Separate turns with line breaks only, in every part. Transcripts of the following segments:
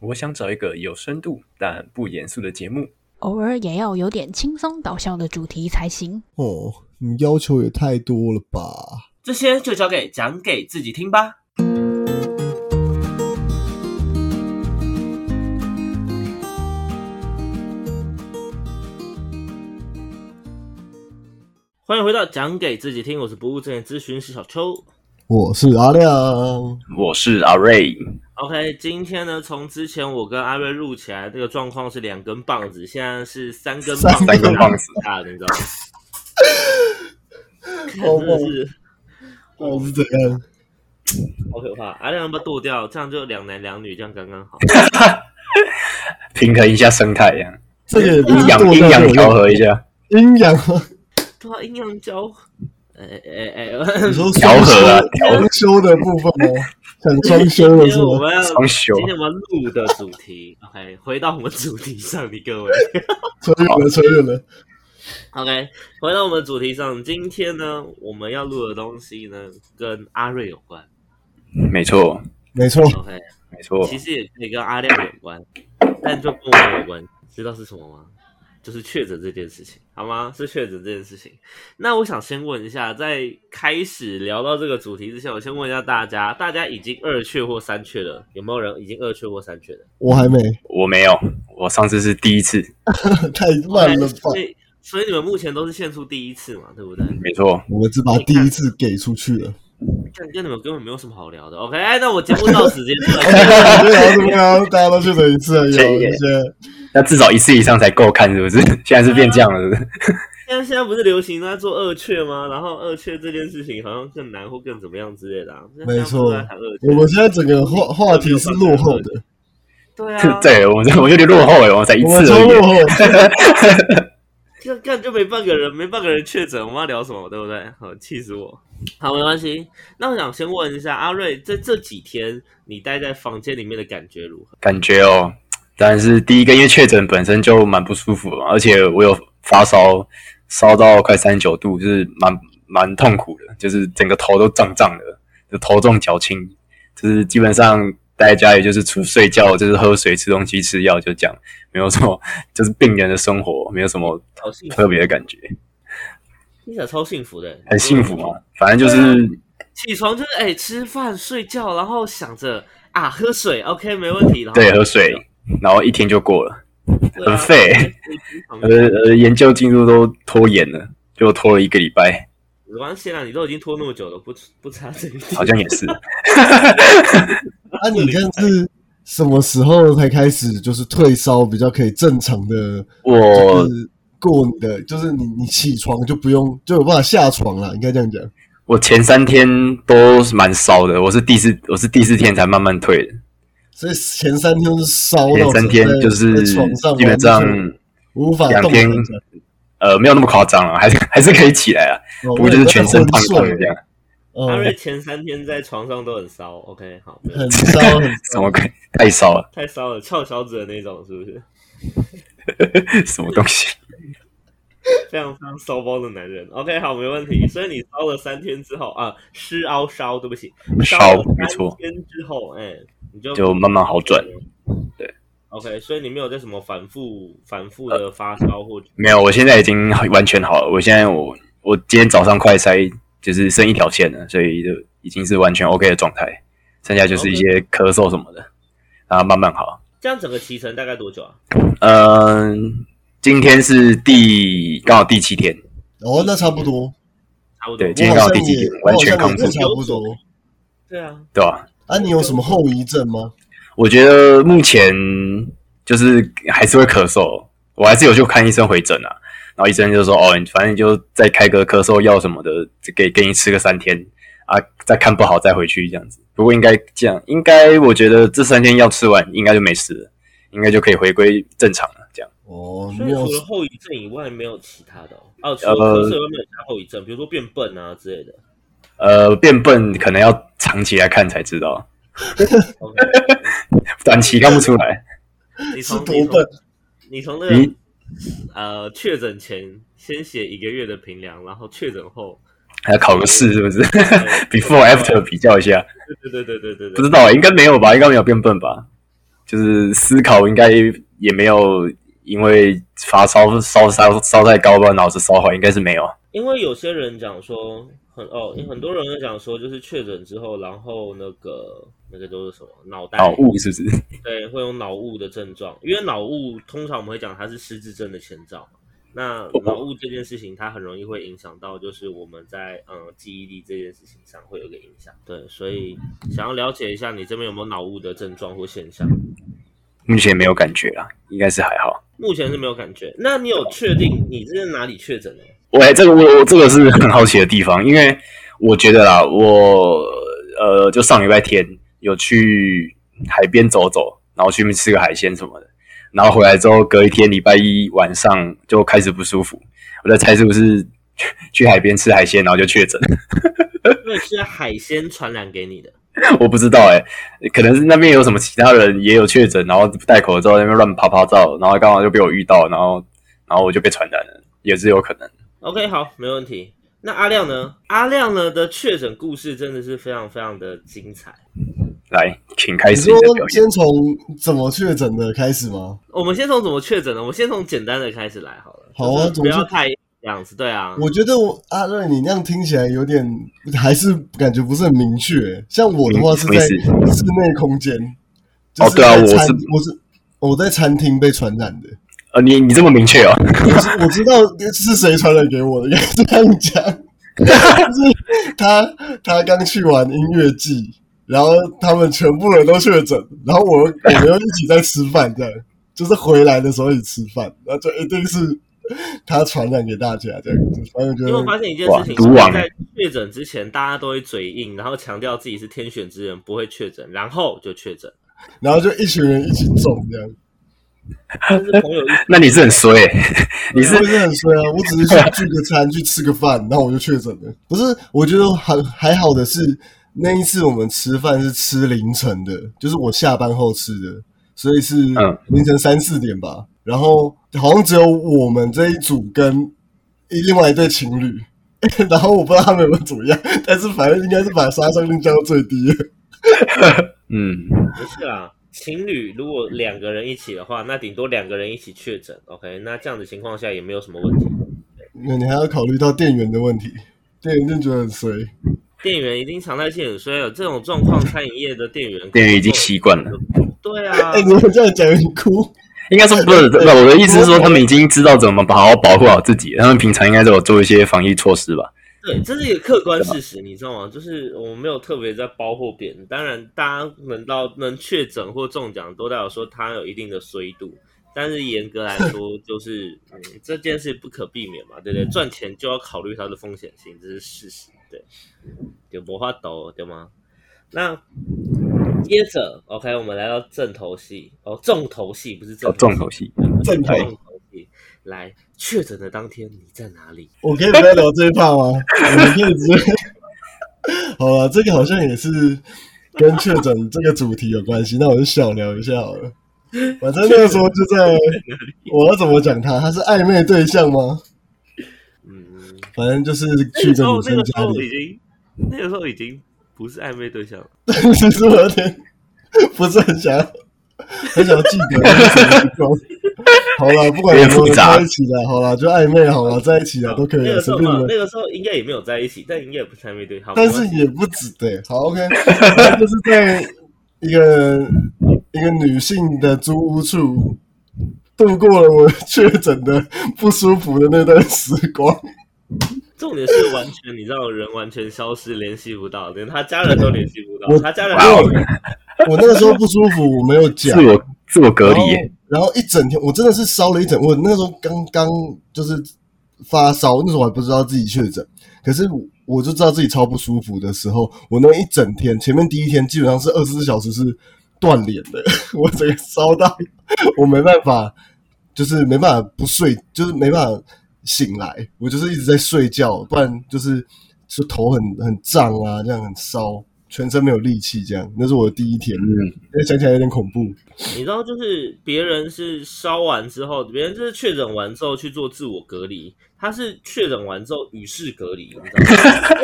我想找一个有深度但不严肃的节目。
偶尔也要有点轻松搞笑的主题才行。
哦，你们要求也太多了吧？
这些就交给讲给自己听吧。欢迎回到讲给自己听，我是不务正业咨询师小邱。
我是阿亮，
我是阿瑞，
OK，今天呢，从之前我跟阿瑞录起来，这个状况是两根棒子，现在是三根棒子，
三根
棒子
大的，你知道吗？
好
真的是
我是啊怎样？
好可怕！阿亮要不要剁掉？这样就两男两女，这样刚刚好。
平衡一下生态呀，
这个
阴阳阴阳调，和一下，
阴阳。
对啊，阴阳交，哎哎哎，
你说
调和啊
双
调和
修双修的部分 哦，想双修
今
了是
天我
吗？
们要
双修啊
今天我们录的主 题，OK，回到我们主题上，你各位。
吹远了，吹远了。
OK，回到我们主题上，今天呢，我们要录的东西呢，跟阿瑞有关。
没错
没错，
OK，
没错，
其实也可以跟阿亮有关，但就跟我们有关，知道是什么吗？就是确诊这件事情，好吗？是确诊这件事情。那我想先问一下，在开始聊到这个主题之前，我先问一下大家，大家已经二确或三确了，有没有人已经二确或三确的？
我 还没，
我没有，我上次是第一次，
太慢了吧
所？以，所以你们目前都是献出第一次嘛，对不对？
没错，
我们只把第一次给出去 了。
但跟你们根本没有什么好聊的。OK，那哎我节目到此结束了。
对啊，怎么样？大家都去了一次而已哦，
谢谢
有些
那至少一次以上才够看，是不是？ 现在是变这样了，是不是？
现在现在不是流行在做二确吗？然后二确这件事情好像更难或更怎么样之类的、啊。
没错
现在不是在谈二确
我们现在整个话话题是落后的，
对 啊，
对，我们这我有点落后哎，我们才一
我
次
们超
而
落
已。
后。
这干就没半个人，没半个人确诊，我们要聊什么，对不对？好，气死我！好，没关系。那我想先问一下阿瑞，在这几天你待在房间里面的感觉如何？
感觉哦，但是第一个因为确诊本身就蛮不舒服嘛，而且我有发烧，烧到快三十九度，就是蛮蛮痛苦的，就是整个头都胀胀的，就头重脚轻，就是基本上待在家里就是除睡觉就是喝水、吃东西、吃药，就这样，没有什么 就是病人的生活，没有什么
好幸福，
特别的感觉，
听起来超幸福的，
很幸福嘛。反正就是
起床就是哎、吃饭睡觉，然后想着啊喝水，OK 没问题。然后
对喝水，然后一天就过了，
对啊
很废 呃呃，研究进度都拖延了，就拖了一个礼拜，
没关系啦，你都已经拖那么久了，不不差这一点。
好像也是。
那啊你这样是什么时候才开始就是退烧比较可以正常的，
我
就是过你的，就是你你起床就不用就有办法下床了，应该这样讲。
我前三天都是蛮烧的，我是第四我是第四天才慢慢退的，
所以前三天是烧到
前三天
整个
就是
在床上
基本上
完全无法
两
动
天
弹的，
呃没有那么夸张了，还是还是可以起来啊，
不
不过就是全身烫痛的这样，
阿瑞
嗯，
前三天在床上都很骚，OK 好，没有
很烧很
什么鬼？太烧了，
太骚了，翘小指的那种是不是？
什么东西？
非常非常骚包的男人。OK，好，没问
嗯
题。所以你烧了三天之后啊，湿凹烧，对不起，
烧
了
没
三
错，
天之后，哎、你就
就慢慢好转。对。
OK，所以你没有在什么反复、反复的发烧或
没有，我现在已经完全好了，我现在我我今天早上快筛就是剩一条线了，所以就已经是完全 OK 的状态，剩下就是一些咳嗽什么的，然后慢慢好。
这样整个骑程大概多久啊？
嗯，今天是第刚好第七天，
哦，那差不多，
差不多。
对
我
今天
好
到
像
第几
也
天完全
我好像
康
也
复
差不多。
对啊，
对吧？
啊，你有什么后遗症吗？
我觉得目前就是还是会咳嗽，我还是有去看医生回诊啊。然后医生就说：“哦，你反正你就再开个咳嗽药什么的，给给你吃个三天啊，再看不好再回去这样子。不过应该这样，应该我觉得这三天药吃完，应该就没事了，应该就可以回归正常了。这样，
哦，
所以
没有
除，了后遗症以外，没有其他的哦。哦，除了咳嗽以外，没有其他后遗症，比如说变笨啊之类的。
呃，变笨可能要长期来看才知道，
OK，
短期看不出来。
你
是
从
多笨，
你从那
你
个呃确诊前先写一个月的评量，然后确诊后
还要考个试是不是
对
？Before after 比较一下，
对对对对对对，
不知道、应该没有吧？应该没有变笨吧？就是思考应该也没有因为发烧烧烧烧太高把脑子烧坏，应该是没有。
因为有些人讲说很哦，很多人都讲说，就是确诊之后，然后那个那个都是什么脑袋
脑哦雾是不是？
对，会有脑雾的症状，因为脑雾通常我们会讲它是失智症的前兆嘛。那
哦
脑雾这件事情，它很容易会影响到，就是我们在嗯记忆力这件事情上会有一个影响。对，所以想要了解一下你这边有没有脑雾的症状或现象，
目前没有感觉啦，应该是还好。
目前是没有感觉。那你有确定你这是哪里确诊的吗？
喂，这个我我这个是很好奇的地方，因为我觉得啦，我呃，就上礼拜天有去海边走走，然后去吃个海鲜什么的，然后回来之后隔一天礼拜一晚上就开始不舒服，我在猜是不是去海边吃海鲜，然后就确诊。
因为是海鲜传染给你的。
我不知道哎、可能是那边有什么其他人也有确诊，然后不戴口罩在那边乱啪啪照，然后刚好就被我遇到，然后然后我就被传染了，也是有可能。
OK，好，没问题。那阿亮呢？阿亮呢的确诊故事真的是非常非常的精彩。
来，请开
你
始
说
你的表演。
先从怎么确诊的开始吗？
我们先从怎么确诊呢？我们先从简单的开始来好了。
好啊
就是不要
总之
太这样子，对啊。
我觉得我阿瑞，你那样听起来有点，还是感觉不是很明确。像我的话是在
嗯什么
室内空间，就
哦对啊
在
我
餐
是
我是我在餐厅被传染的，
呃，你你这么明确哦，
我知我知道是谁传染给我的，应该这样讲。就是他他刚去完音乐季，然后他们全部人都确诊，然后我我们又一起在吃饭，这样就是回来的时候一起吃饭，那就一定是他传染给大家这样子。反正我觉
因为我发
得
现一件事
哇
情，就是
毒王
在确诊之前，大家都会嘴硬，然后强调自己是天选之人，不会确诊，然后就确诊，
然后就一群人一起中这样。
就是朋友一起
那你是很衰、欸。你是
不是很衰啊？我只是去聚个餐，去吃个饭，然后我就确诊了。不是，我觉得还还好的是，那一次我们吃饭是吃凌晨的，就是我下班后吃的，所以是
嗯
凌晨三四点吧。然后好像只有我们这一组跟另外一对情侣， 然后我不知道他们有没有怎么样，但是反正应该是把杀伤力降到最低了。
嗯，
不是啊。情侣如果两个人一起的话，那顶多两个人一起确诊，OK，那这样的情况下也没有什么问题。
那你还要考虑到店员的问题，店员就觉得很衰。
店员已经常态性很衰了，这种状况，餐饮业的店员
店员已经习惯了。
对啊
哎、，你们这样讲很哭。
应该说不是，不是我的意思是说，他们已经知道怎么好好保护好自己，他们平常应该都有做一些防疫措施吧？
对，这是一个客观事实，你知道吗？就是我们没有特别在包货别人，当然大家能到能确诊或中奖，都代表说他有一定的衰度。但是严格来说， 就是嗯，这件事不可避免嘛，对不对？赚钱就要考虑它的风险性，这是事实，对，有魔法抖，对吗？那接着，OK，我们来到重头戏哦，重头戏不是正
哦，重头戏，
重头
重头戏。来，确诊的当天你在哪里？
我可以不要聊这一趴吗？我们可以直接。 好了，这个好像也是跟确诊这个主题有关系，那我就小聊一下好了。反正那个时候就在，我要怎么讲他？他是暧昧对象吗？
嗯，
反正就是
那
去
个
一个
时
女
候，那
生
个时
家
候
里
已，经，那个时候已经不是暧昧对象了。
其实我有点不是很想要，很想要记得那是什么情况。好了，不管
有点
有没有
复杂
在一起的，好了，就暧昧好了，在一起啊的都可以
那
了，
个时
随
候
便
嘛
你，们
那个时候应该也没有在一起，但应该也不是暧昧对象。
但是也不止对，好 OK，然后就是在一个一个女性的租屋处度过了我确诊的不舒服的那段时光。
重点是完全，你知道，人完全消失，联系不到，连他家人都联系不到
我。
他家人
哇哦
我那个时候不舒服，我没有讲
自，我自我隔
然
离
后
耶，
然后一整天，我真的是烧了一整，我那时候刚刚就是发烧，那时候我还不知道自己确诊，可是我就知道自己超不舒服的时候，我那一整天，前面第一天基本上是二十四小时是断联的， 我整个烧到我没办法，就是没办法不睡，就是没办法醒来，我就是一直在睡觉，不然就是就头很很胀啊，这样很烧，全身没有力气，这样，那是我的第一天，
嗯，
想起来有点恐怖。
你知道，就是别人是烧完之后，别人就是确诊完之后去做自我隔离，他是确诊完之后与世 隔离，你知道吗？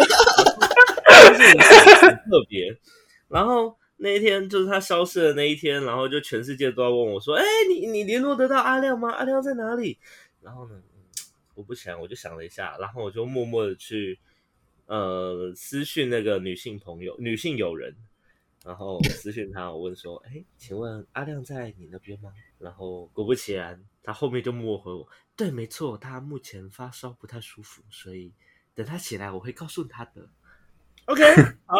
就是很特别。然后那一天就是他消失的那一天，然后就全世界都在问我说：“哎、你你联络得到阿亮吗？阿亮在哪里？”然后呢，嗯我不想，我就想了一下，然后我就默默的去呃私讯那个女性朋友、女性友人，然后私讯他，我问说：“哎、请问阿亮在你那边吗？”然后果不其然，他后面就默默回我：“对，没错，他目前发烧不太舒服，所以等他起来我会告诉他的。” OK，好，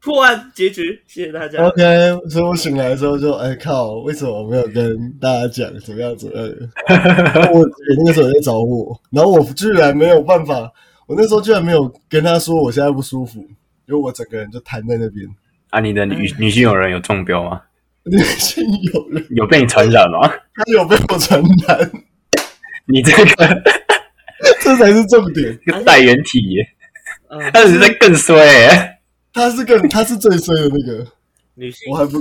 破案结局，谢谢大家。
OK，所以我醒来之后就哎靠，为什么我没有跟大家讲怎么样 怎么样的？我姐那个时候也在找我，然后我居然没有办法，我那时候居然没有跟她说我现在不舒服，因为我整个人就瘫在那边。
啊，你的女女性友人有中标吗？
女性有人，
有被你传染吗？
她有被我传染，
你这个
这才是重点。
这个带原体耶，
呃
他只是在更衰耶。
她是更，她是最衰的那个，
女性
我还不，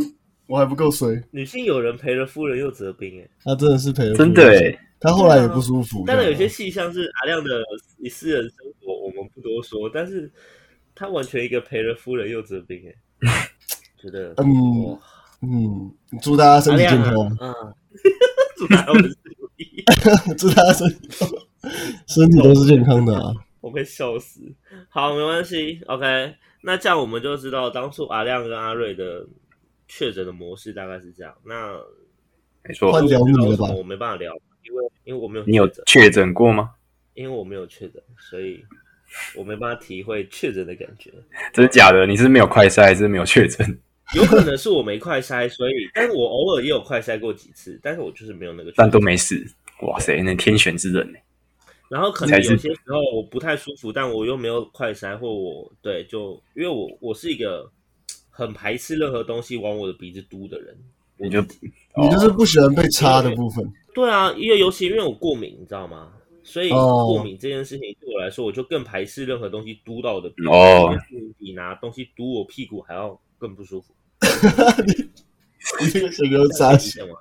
我还不够衰。
女性友人陪了夫人又折兵，哎，
她真的是陪了，
真的欸耶，
她后来也不舒服。
当然有些
你知道吗
细项是阿亮的私私人生活，我们不多说，但是他完全一个陪了夫人又折兵， 哎，觉得
嗯
哇
嗯，祝大家身
阿
体
亮
健
啊
康。，
嗯， 祝他们努力，
祝大家身体都身体都是健康的啊！
我会笑死。好，没关系，OK，那这样我们就知道当初阿亮跟阿瑞的确诊的模式大概是这样。那
没错
换。掉你了吧
我没办法聊，因为因为我没有
你有
确诊
确诊过吗？
因为我没有确诊，所以我没办法体会确诊的感觉。
真的假的？你是没有快筛还是没有确诊？
有可能是我没快筛， 所以，但是我偶尔也有快筛过几次，但是我就是没有那个确诊。
但都没事。哇塞，那天选之人呢？
然后可能有些时候我不太舒服，但我又没有快筛，或我对，就因为我我是一个很排斥任何东西往我的鼻子嘟的人。
你就
你就是不喜欢被插的部
哦
分，
对啊，因为尤其因为我过敏，你知道吗？所以
哦
过敏这件事情对我来说，我就更排斥任何东西嘟到我的鼻子，
哦
这件事情比拿东西嘟我屁股还要更不舒服。
你这个小牛扎起，
选嘛，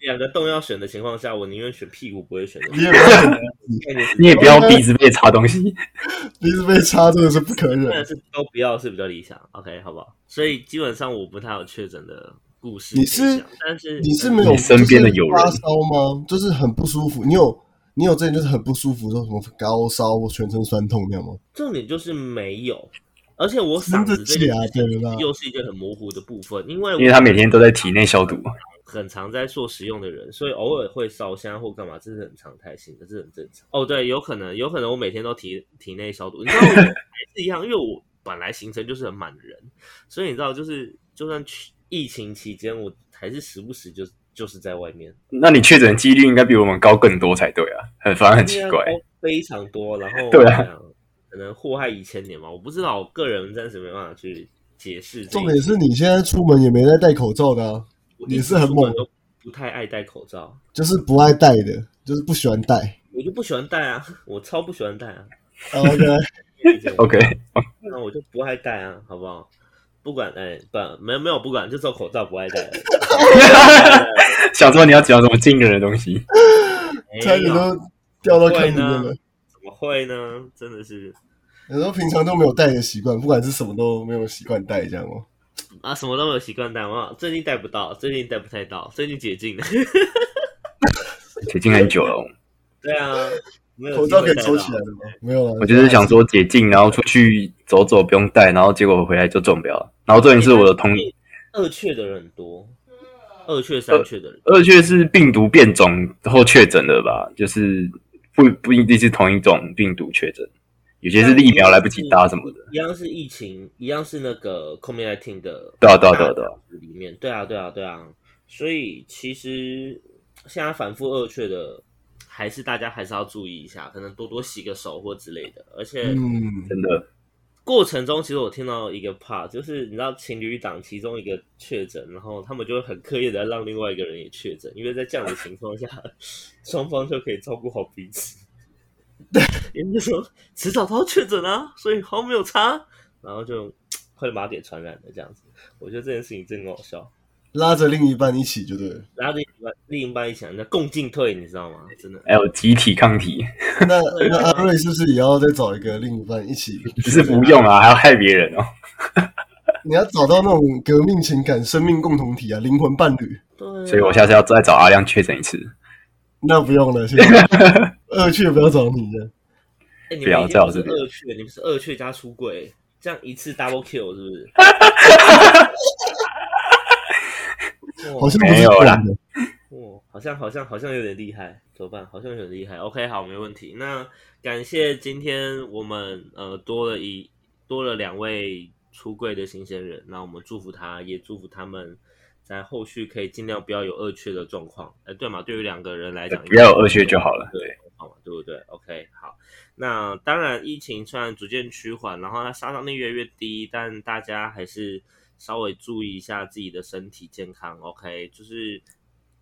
两个洞要选的情况下，我宁愿选屁股，不会选。
你也不要很
你也不要鼻子被插东西。
鼻子被插，真的是不可
真的
忍。
是都不要是比较理想，OK，好不好？所以基本上我不太有确诊的故事
你
分
是
享，但是嗯
你是没有
你身边的友人
就是发烧吗？就是很不舒服，你有你有之前就是很不舒服，说什么高烧或全身酸痛那样吗？
重点就是没有，而且我嗓子这
真
件
的
事
假的啦
情又是一件很模糊的部分，因为
因为他每天都在体内消毒。
很常在做实用的人，所以偶尔会烧香或干嘛，这是很常态性的，这是很正常。哦，对，有可能，有可能我每天都体体内消毒，你知道我还是一样，因为我本来行程就是很满的人，所以你知道，就是就算去疫情期间，我还是时不时就就是在外面，
那你确诊几率应该比我们高更多才对啊，很反而很奇怪。，
非常多，然后
对啊，
可能祸害一千年嘛，我不知道，我个人暂时没办法去解释这一切。
重点是你现在出门也没在戴口罩的啊，
我
你
一
是
直
很
出门
猛
都不太爱戴口罩。
就是不爱戴的，就是不喜欢 戴。
我就不喜欢戴啊，我超不喜欢 戴啊。
OK，
理解我
OK，
那我就不爱戴啊，好不好？不管哎，不，没有没有不管，就做口罩不爱戴啊 而已。
想说你要讲什么惊人的东西？
差点
没有
都掉到坑
会
里面
呢
了。？
怎么会呢？真的是
有时候平常都没有戴的习惯，不管是什么都没有习惯戴，这样哦。
啊，什么都没有习惯戴嘛，最近戴不到，最近戴不太到，最近解禁了。
解禁很久了，
对啊，没有
口
机
罩
会
可以
戴
抽
到
起来的吗？没有啊，
我就是想说解禁，然后出去走走不用戴，然后结果回来就中标了。然后重点是我的同
二确的人很多，二确
呃
三确的人，
二确是病毒变种后确诊的吧，就是不不一定是同一种病毒确诊，有些是疫苗来不及打什么的。
一样是疫情，一样是那个 COVID-19 的
对啊对啊对啊对啊
里面，对啊对啊对啊，所以其实现在反复恶确的，还是大家还是要注意一下，可能多多洗个手或之类的，而且。
嗯，
真的，
过程中，其实我听到一个 part，就是你知道情侣档其中一个确诊，然后他们就会很刻意的让另外一个人也确诊，因为在这样的情况下， 双方就可以照顾好彼此。也就是说，迟早都要确诊啊，所以好像没有差，然后就快点把它给传染了这样子。我觉得这件事情真的很好笑，
拉着另一半一起就对了。
然后另一半另一半一想，那共进退，你知道吗？真的，
还有集体抗体，
啊
那 那阿瑞是不是也要再找一个另一半一起？
只是不用啊，还要害别人哦。
你要找到那种革命情感、生命共同体啊，灵魂伴侣。
对啊，
所以我下次要再找阿亮确诊一次。
那不用了，谢谢。 二雀不要找你了。
哎你
不要
们已经
在我
不
这
是
边
二雀，你们是二雀加出轨，这样一次 double kill 是不是？ 哇
好像不
没
是
有啦
这样的
哦，好像好像好像有点厉害，怎么办？好像有点厉害。OK，好，没问题。那感谢今天我们呃多了一多了两位出柜的新鲜人，那我们祝福他，也祝福他们在后续可以尽量不要有恶趣的状况。哎、对嘛，对于两个人来讲，
呃不要有恶趣就好了
对，好嘛，对不对？OK，好。那当然，疫情虽然逐渐趋缓，然后它杀伤力越来越低，但大家还是稍微注意一下自己的身体健康。OK，就是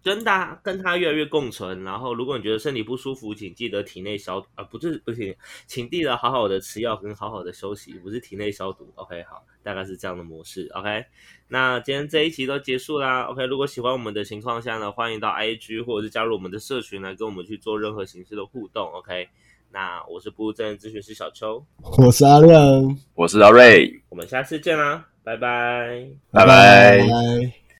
跟大跟它越来越共存。然后，如果你觉得身体不舒服，请记得体内消啊，不是不是，请记得好好的吃药跟好好的休息，不是体内消毒。OK，好，大概是这样的模式。OK，那今天这一期都结束啦。OK，如果喜欢我们的情况下呢，欢迎到 IG 或者是加入我们的社群来跟我们去做任何形式的互动。OK，那我是不务正业咨询师小邱，
我是阿亮，
我是阿瑞，
我们下次见啦，拜拜。
拜拜
拜拜